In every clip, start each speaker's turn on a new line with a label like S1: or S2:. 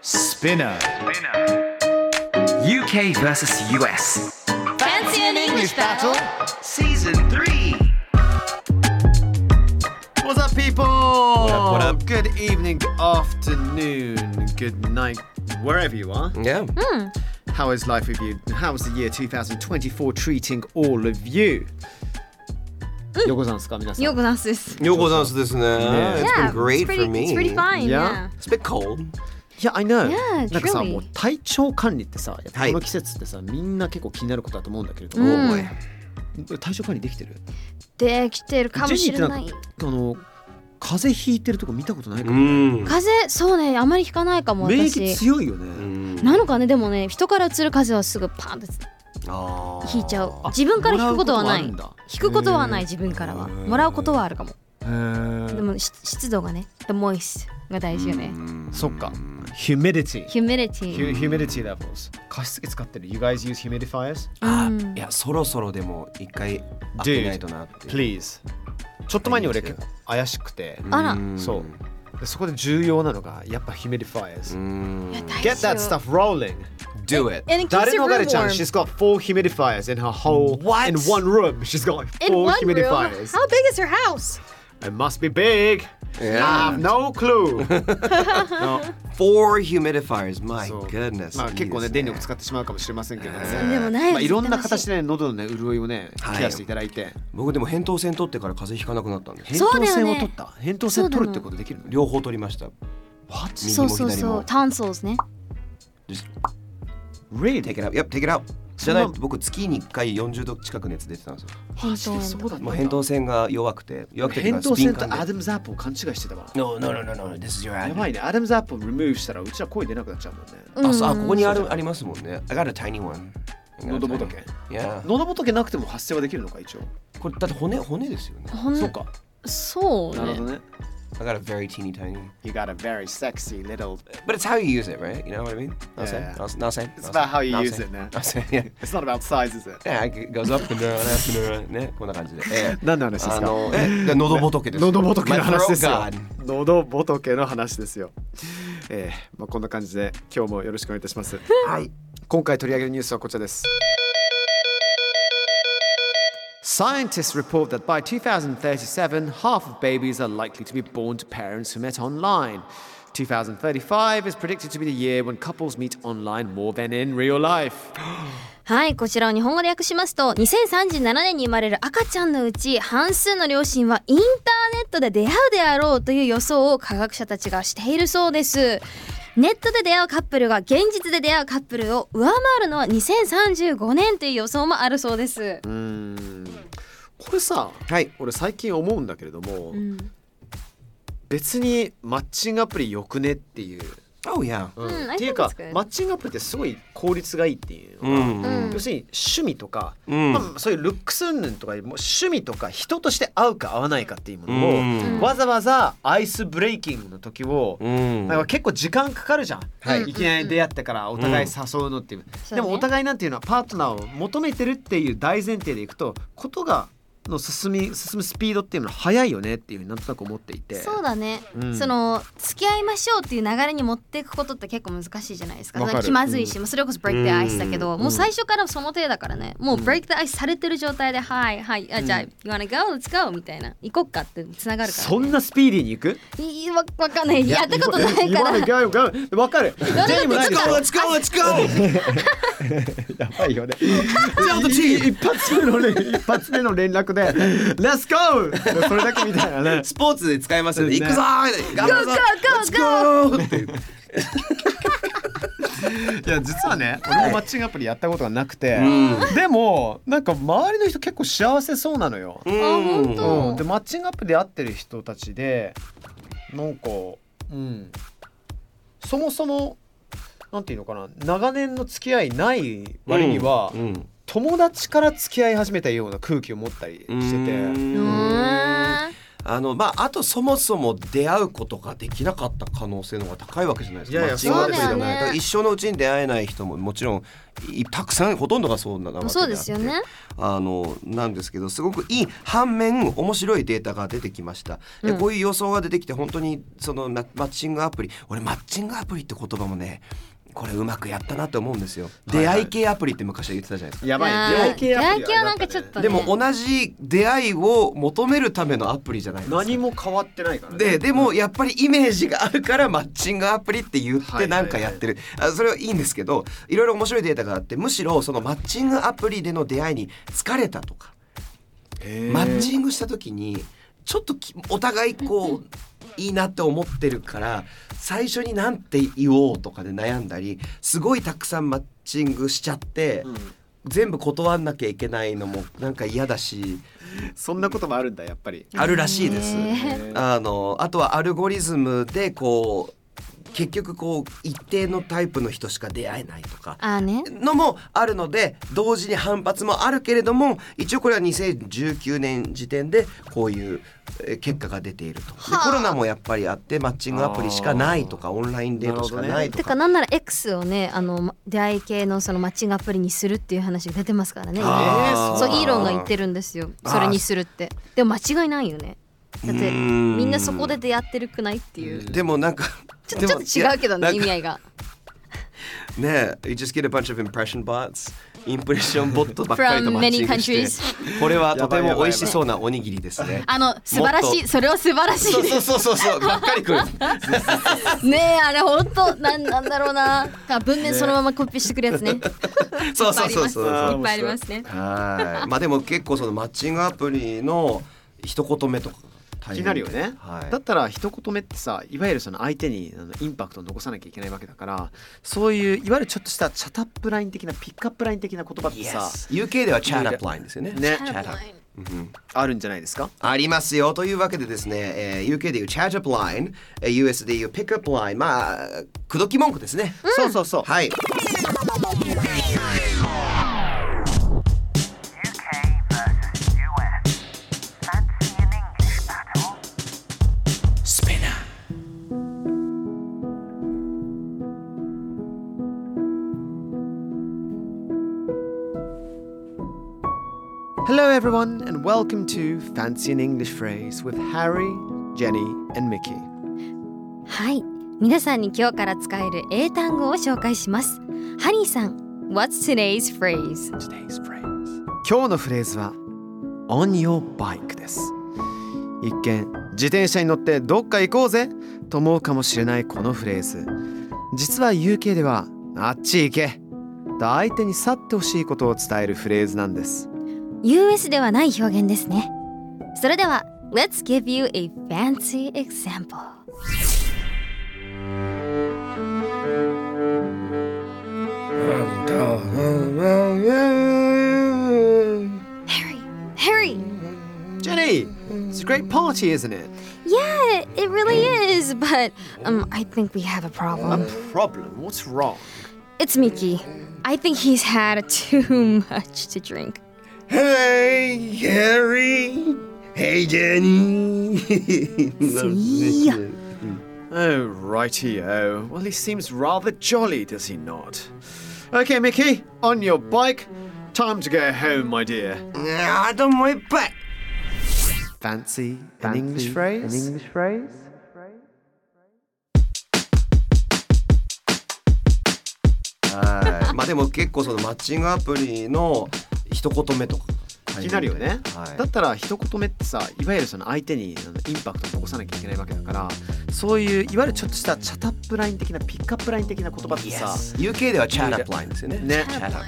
S1: Spinner.
S2: UK versus US.
S3: Fancy an English battle
S2: Season 3.
S1: What's up, people? What up, what up? Good evening, good afternoon, good night, wherever you are.
S4: Yeah.
S1: How is life with you? How is the year 2024 treating all of you? Mm. ようこさんですか皆さん
S5: Yoga dance is.
S4: Yeah. It's
S5: Yeah,
S4: been great
S5: it's pretty,
S4: for me.
S5: It's pretty
S1: Yeah.
S5: fine. Yeah.
S4: It's a bit cold.
S1: Yeah, I know.
S5: Yeah,
S1: なんかさ、
S5: truly.
S1: もう体調管理ってさ、やっぱ
S4: はい
S1: この季節ってさ、みんな結構気になることだと思うんだけれど
S5: う
S1: も、
S5: ん
S4: Boy.
S1: 体調管理できてる
S5: できてるかもしれない
S1: ジェニーって。んかあの風邪ひいてるとこ見たことないか
S4: Mm.
S5: 風邪そうねあまり引かないかも
S1: ら免疫
S5: 私。
S1: 強いよね。
S5: なのかねでもね人からうつる風邪はすぐパーンって引いちゃう。自分から引くことはない。
S1: も
S5: 引
S1: らうこ
S5: くことはない自分からは。もらうことはあるかも。
S1: とはあるんだ。へ
S5: で
S1: ー
S5: もし湿度がね、the moist が大事よね。
S1: そっか。Humidity。
S5: humidity。
S1: Humidity levels。加湿器使ってる。You guys use humidifiers?
S4: あ
S5: うん
S4: いやそろそろでも一回開けないとなって
S1: Please。ちょっと前に俺結構怪しくて、
S5: あら。
S1: そう。でそこで重要なのがやっぱ humidifiers。Get
S5: 大
S1: that
S5: 事
S1: stuff
S5: よ
S1: rolling.
S4: Do it
S5: And it keeps
S1: 誰
S5: the
S1: のが
S5: room
S1: れちゃん
S5: warm.
S1: She's got four humidifiers in her whole
S4: What?
S1: in one room. She's got
S5: In
S1: four
S5: one room. How
S1: humidifiers.
S5: big is her house?
S1: It must be big. I have no clue.
S4: Four humidifiers My
S1: そう
S4: goodness
S1: まあ結構ね
S4: いい
S1: 電
S4: です
S1: 力使ってしまうかもしれませんけどね。
S5: でもない
S1: まあ、
S5: です
S1: いろんな
S5: 楽し
S1: 形で喉のね潤いをねケ
S4: はい
S1: アしていただいて。
S4: 僕でも扁桃腺取ってから風邪ひかなくなったんです
S1: 扁
S5: そう
S1: 桃
S5: だよね
S1: 腺を取った。扁桃腺を取るってことできるの？
S4: 両方取りました
S1: What?
S4: 右
S5: そ
S4: も
S5: うそう
S4: 左
S5: そう。
S4: も
S5: tonsils ね。
S1: Really?
S4: Take it out Yep take it out じゃない
S1: そんな
S4: と僕月に1回40度近く熱出てたんですよ
S5: 扁桃
S1: そう
S5: 炎
S1: だったんだ。
S4: もう扁桃腺が弱くて弱くてっていう
S1: 扁
S4: か
S1: 桃腺と
S4: 敏感
S1: ア
S4: で
S1: ダムズアップを勘違いしてたわ。
S4: No no no no no This is your
S1: や
S4: ad
S1: ばいね。アダムズアップをリムーブしたらうちは声出なくなっちゃうもんね。
S4: あそうあここにあるありますもんね I got a tiny one I got a
S1: 喉
S4: tiny
S1: 仏
S4: Yeah
S1: 喉仏なくても発声はできるのか一応。
S4: これだって骨骨ですよね
S5: ほん
S1: そうか。
S5: そう
S1: なるほど
S5: ね。
S1: ね。
S4: I got a very teeny tiny
S1: You got a very sexy little.
S4: But it's how you use it, right? You know what I mean? Not
S1: Yeah.
S4: saying. Not, not saying.
S1: It's
S4: not saying,
S1: about how you
S4: not
S1: use
S4: saying,
S1: it, man.
S4: Not saying. Yeah.
S1: It's not about size, is it?
S4: Yeah, it goes up and down, up and down, ね、こんな感じで。ええ
S1: 何の話ですか
S4: あの、え、で喉仏です。
S1: 喉仏の話ですよ
S4: My throat god。
S1: 喉仏の話です よ。えー Eh, まあ、こんな感じで今日もよろしくお願いいたします。
S4: はい。
S1: 今回取り上げるニュースはこちらです。Scientists report that by 2037, half of babies are likely to be born to parents who met online. 2035 is predicted to be the year when couples meet online more than in real life.
S5: はい、こちらを日本語で訳しますと、2037年に生まれる赤ちゃんのうち半数の両親はインターネットで出会うであろうという予想を科学者たちがしているそうです。ネットで出会うカップルが現実で出会うカップルを上回るのは2035年という予想もあるそうです。
S1: これさ、
S4: はい
S1: 俺最近思うんだけれども、別にマッチングアプリよくねっていう。
S4: Oh yeah。
S5: ん
S1: っていうか
S5: I think it's good.
S1: マッチングアプリってすごい効率がいいっていう
S4: う
S1: のが、
S4: ん。
S5: うん
S1: 要するに趣味とか、
S4: うん
S1: まあ、そういうルックス云々とかよりも趣味とか人として合うか合わないかっていうものを、
S4: うん
S1: わざわざアイスブレイキングの時を、
S4: うん。
S1: なんか結構時間かかるじゃん、
S4: はい
S1: いきなり出会ってからお互い誘うのっていう、
S5: うん
S1: でもお互いなんていうのはパートナーを求めてるっていう大前提でいくとことがの進み進むスピードっていうのは速いよねっていうふうになんとなく思っていて
S5: そうだね、
S1: ん
S5: その付き合いましょうっていう流れに持っていくことって結構難しいじゃないですか
S1: わかる
S5: なん気まずいし、まあそれこそ break the ice だけど、もう最初からその程だからねもう break the ice されてる状態で、はいはいあじゃあ、you wanna go let's go みたいな行こっかってつながるから、ね、
S1: そんなスピーディーに行く
S5: いいわわかんないやったことないから
S1: いやいやわかるわかるジェイもないでしょ
S4: Let's go, let's go, let's go!
S1: やば いよね。一発目の連一発目の連 絡で「Let's go!」それだけみたいなね。
S4: スポーツで使いますよね。
S1: ね
S4: 行くぞー頑張るぞ Let's
S5: Go,
S4: go! っていう。
S1: いや実はね俺もマッチングアプリやったことがなくて、でもなんか周りの人結構幸せそうなのよ。
S5: あ本当、
S1: うんでマッチングアプリで会ってる人たちでなんか、うん、そもそもなんていうのかな長年の付き合いない割には、
S4: うんうん
S1: 友達から付き合い始めたような空気を持ったり
S4: うん
S1: してて
S5: うーん
S4: あのまああとそもそも出会うことができなかった可能性の方が高いわけじゃないですか。
S1: いやいや
S4: マッチングアプリ
S5: そうだよね
S4: がないから一生のうちに出会えない人ももちろんいたくさんほとんどがそうなわけであって
S5: そうですよね。
S4: あのなんですけどすごくいい反面面白いデータが出てきました。でこういう予想が出てきて本当にそのなマッチングアプリ俺マッチングアプリって言葉もねこれうまくやったなと思うんですよ。
S1: い
S4: 出会い系アプリって昔は言ってたじゃないですか。
S1: やばい
S5: あー
S1: 出会い系アプリ
S5: 出会い系はなんかちょっとね
S4: でも同じ出会いを求めるためのアプリじゃないですか。
S1: 何も変わってないからね
S4: ででもやっぱりイメージがあるからマッチングアプリって言っ
S1: はいはいは
S4: て
S1: い
S4: なんかやってる、あそれはいいんですけどいろいろ面白いデータがあってむしろそのマッチングアプリでの出会いに疲れたとかマッチングした時にちょっときお互いこういいなって思ってるから最初になんて言おうとかで悩んだりすごいたくさんマッチングしちゃって、全部断んなきゃいけないのもなんか嫌だし。
S1: そんなこともあるんだやっぱり
S4: あるらしいです
S1: へ。
S4: あのあとはアルゴリズムでこう結局こう一定のタイプの人しか出会えないとか。
S5: あーね。
S4: のもあるので同時に反発もあるけれども一応これは2019年時点でこういうえー結果が出ているとでコロナもやっぱりあってマッチングアプリしかないとかオンラインデートしかないと
S5: てか
S4: か
S5: なんなら X をねあのま出会い系のそのマッチングアプリにするっていう話が出てますからね。
S4: あー
S5: そうイーロンが言ってるんですよ。それにするって。でも間違いないよね。だって
S4: うん
S5: みんなそこで出会ってるくないっていう。
S4: でもなんか
S5: ちょ
S4: で
S5: ちょ
S4: も
S5: っと違うけど
S4: いやな
S5: ね
S4: んか
S5: 意味合いが。
S4: ねえ、You just get a bunch of impression bots インプレッションボットばっかりと
S5: From
S4: マッチング
S5: many
S4: してこれはとても美味しそうなおにぎりですね
S5: あの素晴らし
S4: もっ
S5: いそれは素晴らしい
S4: そう
S5: で
S4: そう
S5: す
S4: そうそうそうばっかりくる
S5: ねえあれ本当なんなんだろうなあ文面そのままコピーしてくるやつ ねいっ
S4: そうそうそうそう
S5: ぱいあ
S4: は
S5: りますいっぱいありますね
S4: いまあでも結構そのマッチングアプリの一言目とか大変
S1: 気になるよね、
S4: はい
S1: だったら一言目ってさいわゆるその相手にあのインパクトを残さなきゃいけないわけだからそういういわゆるちょっとしたチャタップライン的なピックアップライン的な言葉ってさ、
S4: Yes UK ではチャットアップラインですよね
S1: ね
S4: チャットアップ
S1: あるんじゃないですか
S4: ありますよというわけでですね、えー UK でいうチャージアップラインえー US でいうピックアップラインまあ口説き文句ですね、
S1: そうそうそう
S4: はい
S2: UK versus US. Fancy an English battle?
S4: スペナー
S1: Hello, everyone, and welcome to Fancy an English Phrase with Harry, Jenny, and Mickey.
S5: はい皆さんに今日から使える英単語を紹介しますハリーさん What's today's phrase?
S1: Today's phrase. 今日のフレーズは On your bike です。一見、自転車に乗ってどっか行こうぜと思うかもしれないこのフレーズ。実は UK ではあっち行けと相手に去ってほしいことを伝えるフレーズなんです。
S5: US ではない表現ですねそれでは Let's give you a fancy example ハリーハリー
S1: Jenny, it's a great party, isn't it?
S5: Yeah, it really is, but um, I think we have a problem.
S1: Problem, what's wrong?
S5: It's Mickey. I think he's had too much to drink.
S4: Hey, Harry. Hey, Jenny.
S5: See?
S1: Oh, righty-o. Well, he seems rather jolly, does he not? Okay, Mickey, on your bike. Time to go home, my dear.
S4: あともう一杯。
S1: Fancy an English phrase? An English phrase?
S4: はい。まあでも結構そのマッチングアプリの一言目とか。
S1: 気になるよね、
S4: はい
S1: だったら一言目ってさいわゆるその相手にあのインパクトを残さなきゃいけないわけだからそういういわゆるちょっとしたチャタップライン的なピックアップライン的な言葉ってさ、
S4: UK ではチャットアップラインですよね。
S1: ね
S4: Chat up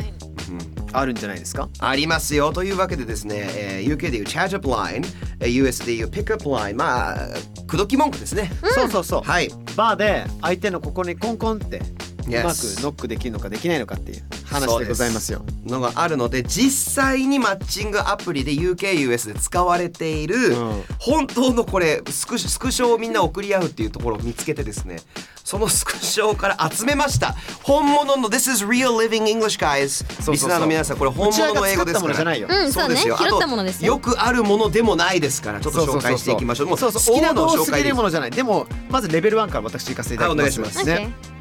S1: あるんじゃないですか
S4: ありますよというわけでですね、えー UK でいうチャージアップラインえー US でいうピックアップラインまあ口説き文句ですね、
S1: そうそうそう
S4: はい
S1: バーで相手のここにコンコンって
S4: Yes
S1: うまくノックできるのかできないのかっていう話でございますよ。
S4: のがあるので実際にマッチングアプリで UKUS で使われている、
S1: ん
S4: 本当のこれスクショスクショをみんな送り合うっていうところを見つけてですねそのスクショから集めました本物の This is real living English guys
S1: うそうそう
S4: リスナーの皆さんこれ本物の英語ですから
S1: うちらが作ったものじゃないよ
S5: うんそうね
S4: ですよあと
S5: 拾ったものですよ
S4: よくあるものでもないですからちょっと紹介していきましょうもう
S1: そうそう
S4: 好きなのを
S1: 王道
S4: 紹
S1: す
S4: 介
S1: ぎ
S4: で
S1: る
S4: き
S1: ものじゃない。でもまずレベル1から私行かせていただきます。
S4: はいお願いします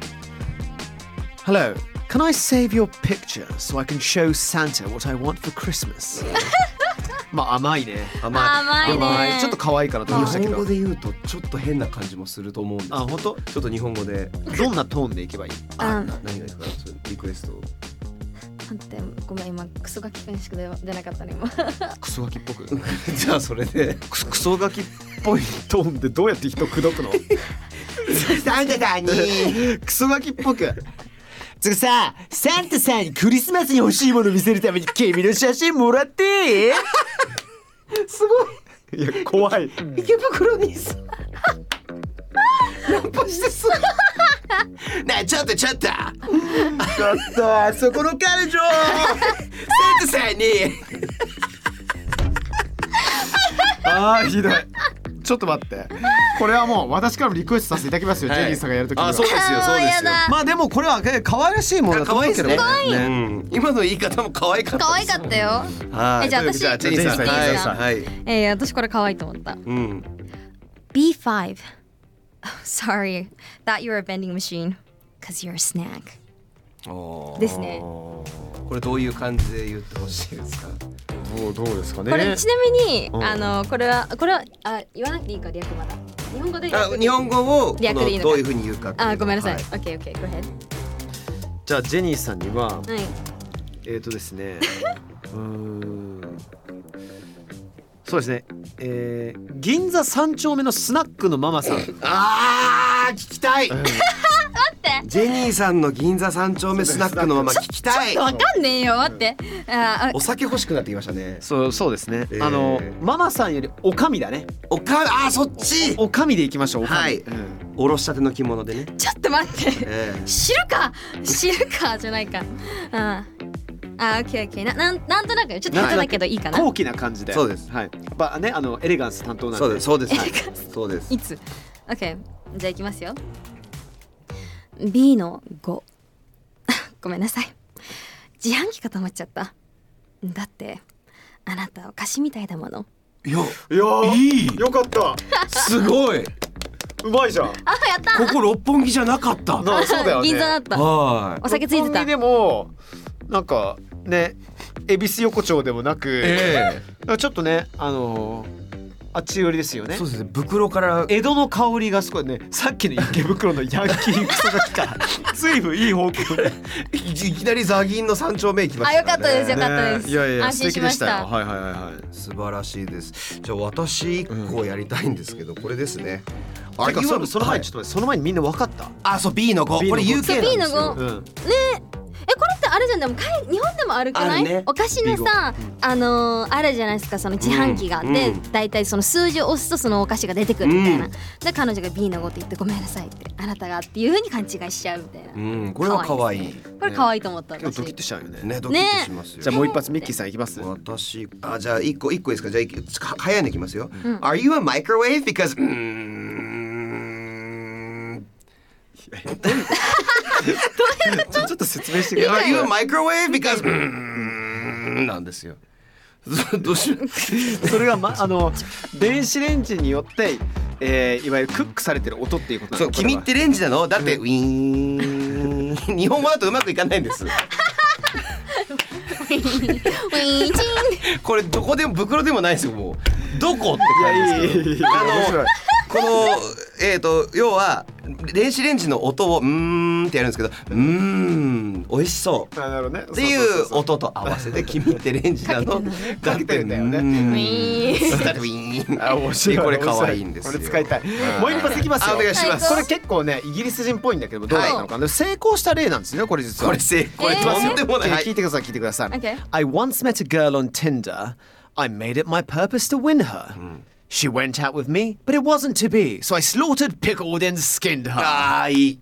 S5: Okay.
S6: Hello, can I save your picture so I can show Santa what I want for Christmas? まあ甘いね。
S5: 甘いね
S1: 甘いちょっと可愛いかなと思いました
S4: 日
S1: け
S4: 本語
S1: ど。
S4: で言うとちょっと変な感じもすると思うんですけ
S1: あ
S4: ど
S1: 本当？
S4: ちょっと日本語で
S1: どんなトーンでいけばいい？
S4: あ
S5: うん
S4: な何がいいですかそれリクエストを
S5: 待ってごめん今クソガキくんしか出出なかったね今
S1: クソガキっぽく。
S4: じゃあそれで。
S1: クソクソガキっぽいトーンでどうやって人を口説くの？
S4: なんでだに。
S1: クソガキっぽく。つさ、サンタさんにクリスマスに欲しいもの見せるために君の写真もらって。
S4: すごい。
S1: いや怖い。
S4: 池袋にさ。ナンパしてす。ねえちょっとちょっと。ちょっとあそこの彼女。 生徒さんに。
S1: ああひどい。ちょっと待って。これはもう私からもリクエストさせていただきますよ。ジェリーさんがやるときには。
S4: あそうですよそうですよ。
S1: まあでもこれはえ可愛らしいものだと思うけどね。
S4: 可うん今の言い方も可愛かった。
S5: 可愛かったよ
S4: はい。
S5: え Eh, じゃあ私
S4: じゃあチェリーさん。
S1: チェリー
S5: さん
S4: はい。はい
S5: えー、私これ可愛いと思った
S4: うん
S5: B5 Oh, Sorry that you're a vending machine cause you're a snack ですね
S4: これどういう感じで言ってほしいですか。
S1: どうどうですかね
S5: これちなみに、あのこれはこれはあ言わなくていいか略まだ日本語で略
S4: あ日本語をこ
S5: 略でいい
S4: の
S5: のか
S4: どういう風に言うかっていうの。
S5: あごめんなさい、
S4: は
S5: OK OK go ahead
S1: じゃあジェニーさんには
S5: はい
S1: えっ、とですね。うーん。そうですね。えー、銀座三丁目のスナックのママさん。
S4: あー聞きたい。
S5: 待
S4: ジェニーさんの銀座三丁目スナックのまま聞きたい
S5: ちょ。っとわかんねえよ待ってああ
S4: お酒欲しくなってきましたね。
S1: そうそうですね、
S4: えー
S1: あのママさんよりおかみだね
S4: おかあーそっち。
S1: おかみでいきましょうおかみ
S4: はい
S1: うん
S4: おろしたての着物でね。
S5: ちょっと待って
S4: ええ
S5: 知るか知るかじゃないかああオッケーオッケーななんなんとなくよちょっと下手だけどいいかな
S1: 高貴な感じで
S4: そうです
S1: はいばねあのエレガンス担当なんで
S4: そうですそうです
S5: はい。
S4: そうです
S5: い。つ ?OK。じゃあいきますよ。B の5。ごめんなさい。自販機かと思っちゃった。だって、あなたお菓子みたいだもの。
S4: いや
S1: いやー
S4: いい
S1: よかった
S4: すごい。
S1: うまいじゃん
S5: あ、やった
S4: ここ六本木じゃなかった。
S1: なあそうだよね
S5: 銀座だった。
S4: は
S5: お酒ついて
S1: 六本
S5: た
S1: 木。でもなんかね恵比寿横丁でもなく、
S4: い。え
S1: ちょっとねあのーあっち寄りですよ
S4: え
S1: ね
S4: そうですね。袋から
S1: 江戸の香りがすごいねさっきの池袋のヤンキークソガキ からずいぶんいい方向に
S4: いいきなりザギンの三丁目行きま
S5: あ、
S4: した
S5: よかったです、よかったです。
S1: ねいやいや
S5: 安心しました。
S1: 素敵ではいはいはいはい
S4: 素晴らしいです。じゃあ私一個やりたいんですけど、これですね。
S1: てかそのその前
S4: はい
S1: にちょっと待ってその前にみんな分かった
S4: あそう B の
S1: B
S4: 5
S1: の
S4: これ
S1: 五
S4: UK なんですよ。
S5: そう B の五
S1: うん
S5: えこれってあれじゃんでもかい日本でもあるくな
S4: あ
S5: い、
S4: るね
S5: お菓子のさ、あのーあるじゃないですかその自販機があって、
S4: うん
S5: で
S4: うん
S5: 大体その数字を押すとそのお菓子が出てくるみたいな、
S4: うん
S5: で彼女が B の5って言ってごめんなさいってあなたがっていうふうに勘違いしちゃうみたいな、
S4: うん、これは可愛い。
S5: これ可愛いと思った
S1: 今日
S5: 私、
S1: ドキッとしちゃうよね
S4: ね、ドキッとしますよ。
S1: じゃあもう一発ミッキーさんいきます
S4: 私あじゃあ一個一個いいですかじゃあ一個ちょ早いのいきますよ、Are you a microwave because うーん
S1: ちょちょっと説明してくれ
S4: Are you a microwave because うーんなんですよどどうしよう
S1: それが、ま、あの電子レンジによって、えー、いわゆるクックされてる音っていうこと な
S4: そ
S1: の
S4: う
S1: これ
S4: 君
S1: は
S4: ってレンジなのだってウィーン日本語だとうまくいかないんです
S5: ウィーンチン
S4: これどこでも袋でもないですよもうどこって
S1: い
S4: 感じですけど
S1: やいいいいいいい
S4: あの
S1: 面白い
S4: このえっ、と要は電子レンジの音をうーんってやるんですけどうーん美味しそう
S1: あなるほどねっ
S4: っていう音と合わせて君ってレンジなのだってうんだよ
S5: ウ
S4: ね。
S5: ィーン
S1: あ面白い
S4: これ可愛いんですよ。
S1: これ使いたいもう一発いきますよ
S4: あお願いします
S1: これ結構ねイギリス人っぽいんだけどどうだったのかな、成功した例なんですよねこれ実は
S4: これせこれ
S5: えー
S4: とんでもない。
S1: 聞いてください聞いてください
S5: Okay.
S6: I once met a girl on Tinder. I made it my purpose to win her.
S1: She went out with me, but it wasn't to be, so I slaughtered, pickled, and skinned her.
S4: あーいい。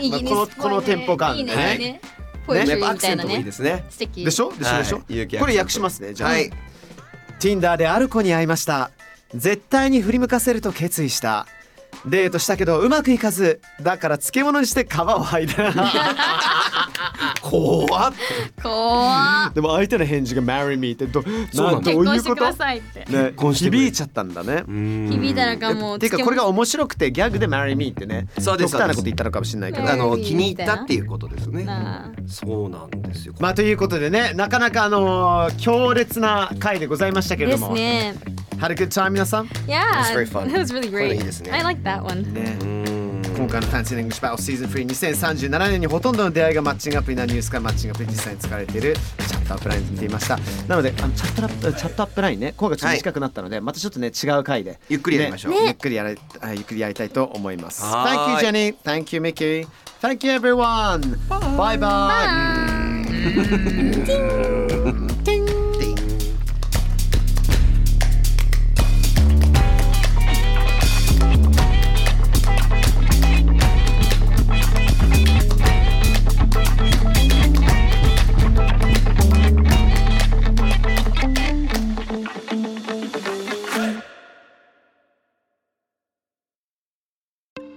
S5: イギリス
S1: この
S5: っぽいね
S1: このテンポ感
S5: いいね
S1: ね
S5: いいねポエトリ
S4: やっぱ
S5: ー
S4: ア
S5: み
S4: ク
S5: た
S4: セ
S5: い
S4: ン
S5: な
S4: トもいい
S5: ね
S4: ですね。
S5: 素敵
S1: でしょでしょ
S4: はい
S1: でしょ、
S4: 勇気アクセント
S1: これ訳しますねじゃあ、
S4: はい
S1: Tinder である子に会いました絶対に振り向かせると決意したデートしたけどうまくいかずだから漬物にして皮を剥い だ
S4: 怖っ。
S5: 怖っ
S1: でも相手の返事が「Marry me」ってど
S4: そうな
S1: な
S4: の
S1: どう
S5: 結
S1: い
S5: 婚
S1: うこ
S5: してく
S1: と
S5: ださいって
S1: ね
S4: 結婚してくれ
S1: 響いちゃったんだね
S5: 響いたらかも
S1: ていうかこれが面白くてギャグで「Marry me」ってね
S4: そうです
S1: 極端なこと言ったのかもしれないけど
S4: あの気に入ったっていうことですね。
S5: あ
S4: そうなんですよ。
S1: まあということでねなかなかあのー強烈な回でございましたけ
S5: ー
S1: れ
S5: で
S1: ど
S5: す
S1: も、
S5: ね
S1: Had a good time 皆さん
S5: Yeah
S4: That's very fun.
S5: that was really
S4: これいい
S5: great
S4: ですね
S5: I like that one
S1: ね
S4: うん
S1: 今回の Fancy Language Battle Season 32037年にほとんどの出会いがマッチングアプリなニュースからマッチングアプリに実際に使われているチャットアップラインにていましたなのであのチャットラップチャットアップラインね今回ちょっと短くなったので、またちょっとね違う回で
S4: ゆっくりやりましょう
S1: ねゆっくりやれあゆっくりやりたいと思います
S4: は
S1: Thank
S4: ー
S1: you Jenny Thank you Mickey Thank you everyone Bye bye,
S3: Spotify